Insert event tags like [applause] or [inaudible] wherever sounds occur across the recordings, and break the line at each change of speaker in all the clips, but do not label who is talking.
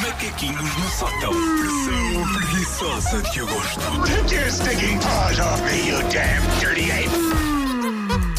Macaquinhos no sótão. Pressão preguiçosa de agosto.
Take your stinking paws off me, you damn dirty ape!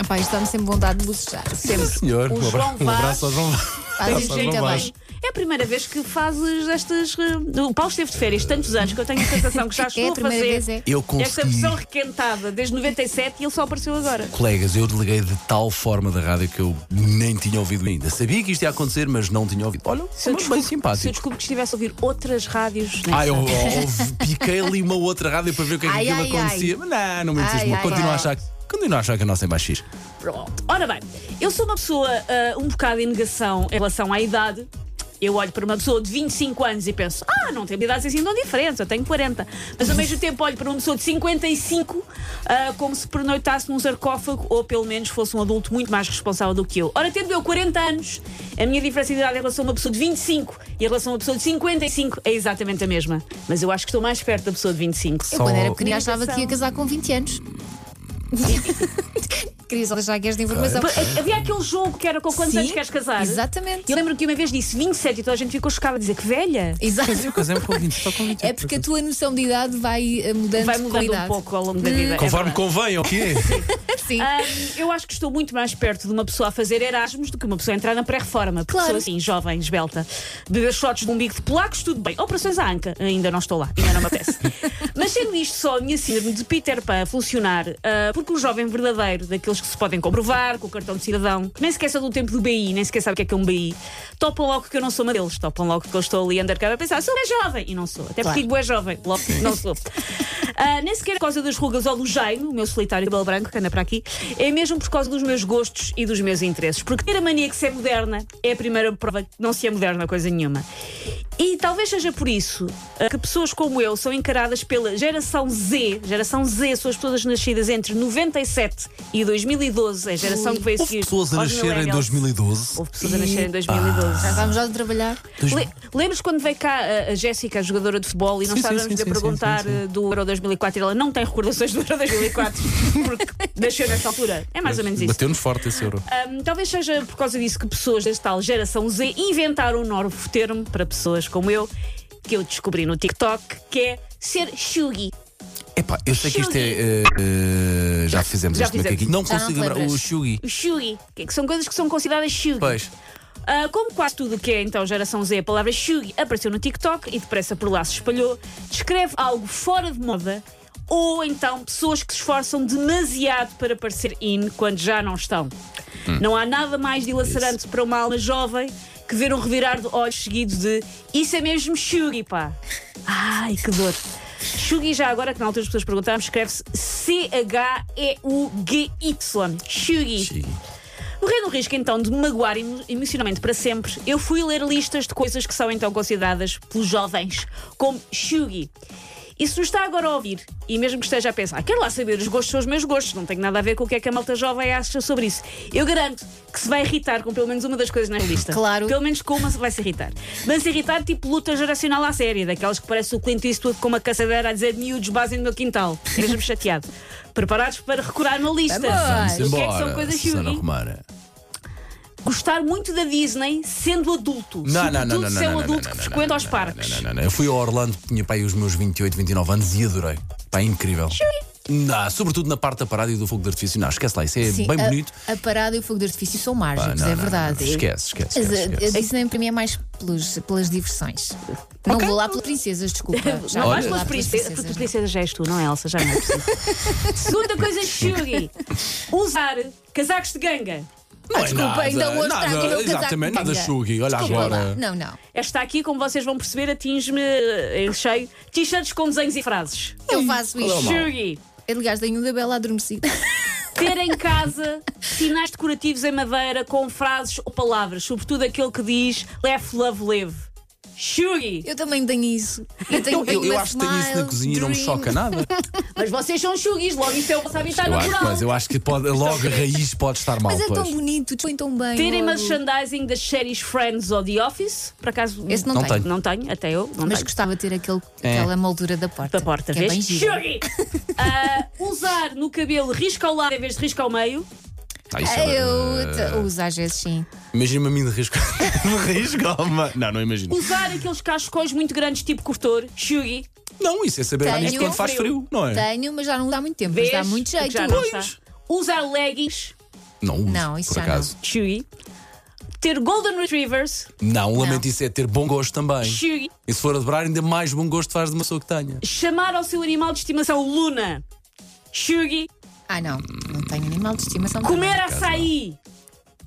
Epá, isto dá-me sempre vontade de bocejar. Sempre.
[laughs] Senhor,
o
um abra-
João
um abraço
Vaz
ao João Vaz.
faz isto
abraço ao
muito
João
bem.
Vaz.
É a primeira vez que fazes estas. eh, O Paulo esteve de férias tantos anos que eu tenho a sensação que já
[laughs]
estou
É a
a
primeira
fazer
vez, é.
Eu
esta
consegui.
versão requentada desde 97 e ele só apareceu agora.
Colegas, eu deleguei de tal forma da rádio que eu nem tinha ouvido ainda. Sabia que isto ia acontecer, mas não tinha ouvido. Olha,
eu
somos bem
desculpe- Se eu
simpáticos.
descubro que estivesse a ouvir outras rádios. né? nesta-
Ah, eu, eu piquei ali uma outra rádio para ver o que é que
Ai,
aquilo
ai, ai.
acontecia. Mas não, não me
Ai,
entusiasmou.
ai,
Continuo
ai.
a achar. Continuo a achar que a nossa é mais X.
Pronto. Ora bem, eu sou uma pessoa ah, um bocado em negação em relação à idade. Eu olho para uma pessoa de 25 anos e penso, ah, não tenho idades assim tão diferentes, eu tenho 40. Mas ao mesmo tempo olho para uma pessoa de 55 ah, como se pernoitasse num sarcófago ou pelo menos fosse um adulto muito mais responsável do que eu. Ora, tendo eu 40 anos, a minha diferença de idade em relação a uma pessoa de 25 e em relação a uma pessoa de 55 é exatamente a mesma. Mas eu acho que estou mais perto da pessoa de 25.
Eu
Só-
quando era pequenina achava que
Comunicação.
ia casar com 20
[laughs]
anos. Queria só deixar aqui esta informação.
Pá, Havia aquele jogo é que era com quantos
Sim,
anos queres casar?
exatamente.
E Eu lembro que uma vez disse 27 e toda a gente ficou chocada a dizer que velha.
Mas
é.
eu
Exato.
casei-me com 20, só com 20.
É porque a tua noção de idade vai eh, mudando,
Vai
com a
mudando um
idade.
pouco Ah. ao longo da vida. é
Conforme
verdade.
convém, ok?
Sim.
Ahm, eu acho que estou muito mais perto de uma pessoa a fazer Erasmus do que uma pessoa a entrar na pré-reforma. Porque
Claro.
sou assim, jovem, esbelta. Beber shots de umbigo de polacos, tudo bem. Operações à anca, ainda não estou lá, ainda não
[laughs]
me apetece. Mas sendo isto só a minha síndrome de Peter Pan a funcionar, ah, porque o jovem verdadeiro, daqueles que se podem comprovar com o cartão de cidadão, que nem sequer são do tempo do BI, nem sequer sabe o que é que é um BI, topam logo que eu não sou uma deles, topam logo que eu estou ali undercover a pensar, sou bem jovem. E não sou. Até porque digo é jovem, logo não sou. Ah, nem sequer por causa das rugas ou do jeito, o meu solitário cabelo branco que anda para aqui, é mesmo por causa dos meus gostos e dos meus interesses. Porque ter a mania que se é moderna é a primeira prova que não se é moderna coisa nenhuma. E talvez seja por isso ah, que pessoas como eu são encaradas pela geração Z. Geração Z são as pessoas nascidas entre 97 e 2012, a geração que veio
Houve
seguir.
pessoas a
aos
nascer em
millennials.
2012.
Houve pessoas a nascer em 2012.
Ah.
Já vamos já de trabalhar.
Le- Lembras quando veio cá a, a Jéssica, a jogadora de futebol, e
Sim, sim,
nós
sim,
estávamos
sim,
a
sim,
perguntar
sim, sim.
eh, do Euro 2004 e ela não tem recordações do Euro
[laughs]
2004 porque nasceu nesta altura? É mais ou menos isso. Ah,
Bateu-nos forte esse euro.
Ahm, talvez seja por causa disso que pessoas desta tal geração Z inventaram um novo termo para pessoas como eu que eu descobri no TikTok que é ser shugi.
Epá, eu sei que isto é. eh, eh, já fizemos
Já
este
fizemos.
macaquinho. Não
Já não
consigo
te
lembrar. O
lembras.
Shugi.
O Shugi, que é que são coisas que são consideradas shugi.
Pois.
Ah, como quase tudo o que é então geração Z, a palavra shugi apareceu no TikTok e depressa por lá se espalhou, descreve algo fora de moda ou então pessoas que se esforçam demasiado para parecer in quando já não estão. Não há nada mais dilacerante para uma alma jovem que ver um revirar de olhos seguido de isso é mesmo shugi, pá. Ai, que dor. Shugi, já agora que na altura as pessoas perguntaram, escreve-se C-H-E-U-G-Y. Shugi.
Shugi.
Correndo o risco então de me magoar emo- emocionalmente para sempre, eu fui ler listas de coisas que são então consideradas pelos jovens como shugi. E se nos está agora a ouvir, e mesmo que esteja a pensar, "Ah, quero lá saber, os gostos são os meus gostos, não tenho nada a ver com o que é que a malta jovem acha sobre isso, eu garanto que se vai irritar com pelo menos uma das coisas na lista.
Claro.
Pelo menos com uma se vai se irritar. Mas se irritar, tipo luta geracional à série, daquelas que parece o Clint Eastwood com uma caçadeira a dizer miúdos basem no meu quintal. Mesmo [laughs] chateado. Preparados para recurar na lista.
Vamos
o que é que são coisas
Susana
shugi?
Romana.
gostar muito da Disney sendo adulto.
Não, não, não,
Sobretudo
não,
se
não.
é um
não,
adulto
não,
que
não,
frequenta
não,
aos
não,
parques.
Não, não, não. Eu fui a Orlando, tinha pai os meus 28, 29 anos e adorei. Pá, é incrível. Não, sobretudo na parte da parada e do fogo de artifício. Não, esquece lá, isso é
Sim,
bem
a-
bonito.
A, parada e o fogo de artifício são
Pá,
mágicos,
não,
é
não,
verdade.
não, Esquece, esquece.
Mas
esquece,
a, a
esquece.
Disney para mim é mais pelos, pelas diversões. Não vou lá pelas princesas, desculpa. Já
Não
vou
vais
lá
pelas princesas, porque as princesas já és tu, não é, Elsa? Já não é preciso.
[laughs]
Segunda coisa, Shuri. Usar casacos de ganga.
Não é
desculpa,
nada,
ainda hoje
nada,
trago o meu casaco
Exatamente,
de
nada
manga.
Shugi. Olha
Desculpa lá.
agora.
Não, não.
Esta aqui, como vocês vão perceber, atinge-me eh, em cheio. T-shirts com desenhos e frases.
Eu faço
Qual é o
isto.
mal?
Shuri.
Aliás, tenho um da Bela adormecida.
Ter em casa sinais decorativos em madeira com frases ou palavras, sobretudo aquele que diz Left, Love, Live. Shuri.
Eu também tenho isso. Eu, tenho,
Eu, eu
uma
acho que tenho isso na
smile,
cozinha e não me
dream. [laughs]
choca nada.
Mas vocês são chugis, logo isso é o passado e está
Eu acho,
natural.
mas eu acho que pode, logo a raiz pode estar mal.
Mas é tão
pois.
bonito, põe tão bem.
Terem
logo.
merchandising das séries Friends ou The Office, por acaso.
Esse não,
Não
tenho.
tenho.
Não tenho, até eu. Não
Mas
tenho.
gostava de ter aquele,
É.
aquela moldura da porta.
da porta,
que é
vês?
bem giro.
Shuri! Ah, usar no cabelo risco ao lado em vez de risco ao meio.
Tá, isso
É, Eu
era-
te- uso às vezes sim.
Imagina-me a mim
[laughs]
de risco. de risco, alma. Não, não imagino.
Usar aqueles cascóis muito grandes, tipo cortor, shugi.
Não, isso é saber
Tenho.
dar nisto quando faz frio, não é?
um Tenho, mas já não uso há muito tempo.
Vês?
Mas dá muito
Porque
jeito.
Já não está. Usar leggings,
Não uso,
Não, isso
por
já
acaso.
shugi. Ter golden retrievers,
Não, lamento isso é ter bom gosto também.
shugi.
E se for a dobrar, ainda mais bom gosto faz de uma pessoa que tenha.
Chamar ao seu animal de estimação Luna, shugi.
Ah, não. Não tenho animal de estimação.
Comer
não.
açaí,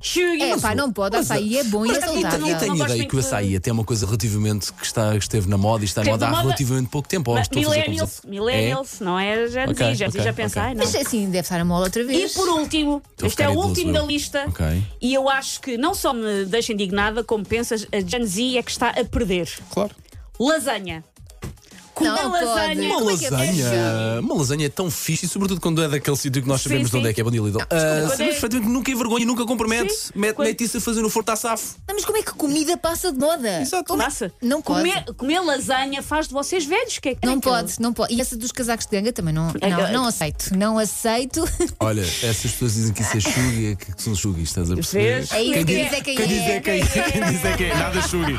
shugi.
É pá, não pode. Açaí é bom e é
mas a vida
saudável.
Eu tenho
Não
a
gosto
ideia
muito
que o açaí
de-
até é uma coisa relativamente que, está, que esteve na moda e está na
Esteve
moda
na
há
moda-
relativamente pouco tempo. Oh,
Mas
estou a fazer
millennials,
confusão.
millennials, não é? Já
Ok,
dizia, já
ok,
dizia, já pensei,
ok.
não.
Mas assim, deve estar a mola outra
E
vez.
por último,
Estou a
este é
ficar
o
idoso,
último da
eu.
lista.
Ok.
E eu acho que não só me deixa indignada, como pensas, a Gen Z é que está a perder.
É, claro.
Lasanha. Comer
Não
lasanha.
pode.
Uma
Como é que é
lasanha,
possível?
uma lasanha é tão fixe, e sobretudo quando é daquele sítio que nós
Sim,
sabemos de onde
sim.
é que é Bom dia Lidl. Ah,
quando
sabemos
é-
perfeitamente que nunca envergonha, nunca compromete.
Sim.
Mete,
Quando-
mete isso a fazer no forno, está safo.
Não, mas como é que comida passa de moda? Como-
Massa.
Não pode.
comer, comer lasanha faz de vocês velhos. Que é que
Não
é que eu-
pode, não pode. E essa dos casacos de ganga também não,
É que-
não, não aceito. Não
[laughs]
aceito.
Olha, essas pessoas dizem que isso é chugue, que que são chugue, estás a perceber?
Vês?
É isso, quem diz é
Quem diz
quem
é
é.
quem? [laughs] Quem diz é quem? Nada chugue.